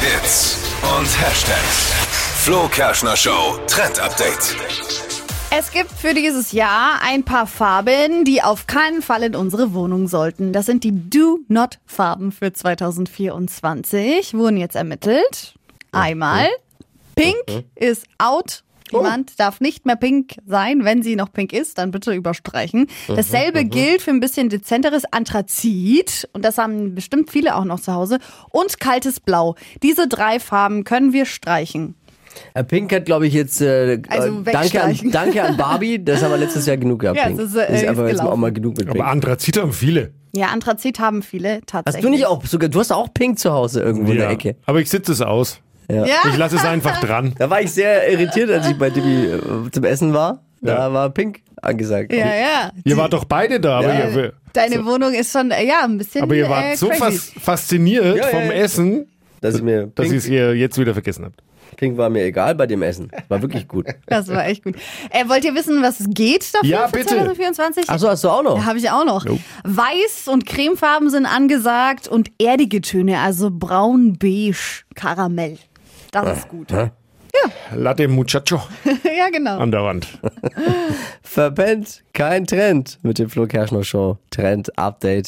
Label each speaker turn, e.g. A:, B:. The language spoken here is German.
A: Hits und Hashtags. Flo Kerschner Show Trend Update.
B: Es gibt für dieses Jahr ein paar Farben, die auf keinen Fall in unsere Wohnung sollten. Das sind die Do-Not-Farben für 2024. Wurden jetzt ermittelt. Einmal. Pink ist out.
C: Oh.
B: Jemand darf nicht mehr pink sein. Wenn sie noch pink ist, dann bitte überstreichen.
C: Mhm,
B: Dasselbe gilt für ein bisschen dezenteres Anthrazit. Und das haben bestimmt viele auch noch zu Hause. Und kaltes Blau. Diese drei Farben können wir streichen.
C: Äh, Pink hat, glaube ich, jetzt äh,
B: Also
C: äh, danke, an,
B: wegstreichen.
C: danke an Barbie. Das haben wir letztes Jahr genug gehabt.
B: Ja,
C: Pink.
B: es ist, äh,
C: ist
B: ist
C: einfach jetzt mal auch
B: gelaufen.
C: mal genug mit Pink.
D: Aber Anthrazit haben viele.
B: Ja, Anthrazit haben viele tatsächlich.
C: Hast du nicht auch sogar, du hast auch Pink zu Hause irgendwo in der Ecke.
D: Aber ich sitze es aus.
B: Ja.
D: Ich lasse es einfach dran.
C: Da war ich sehr irritiert, als ich bei Dibi äh, zum Essen war. Da
D: Ja.
C: war Pink angesagt.
B: Ja, ja.
D: Ihr wart doch beide da, aber ihr,
B: Deine Wohnung ist schon, äh, ja, ein bisschen.
D: aber ihr
B: äh,
D: wart so
B: crazy.
D: fas fasziniert
C: Ja, ja,
D: vom
C: ja.
D: Essen,
C: Dass ich mir
D: dass ihr es
C: Pink,
D: ihr jetzt wieder vergessen habt.
C: Pink war mir egal bei dem Essen. War wirklich gut.
B: Das war echt gut. Äh, wollt ihr wissen, was es geht dafür
D: Ja,
B: für
D: bitte.
B: 2024?
C: Achso, hast du auch noch?
B: Ja, habe ich auch noch.
D: Nope.
B: Weiß und Cremefarben sind angesagt und erdige Töne, also braun, beige, Karamell.
D: Ah.
B: Das ist gut. ja,
D: Latte Muchacho
B: genau.
D: an der Wand.
C: Verpennt, kein Trend mit dem Flo Kerschner Show. Trend Update.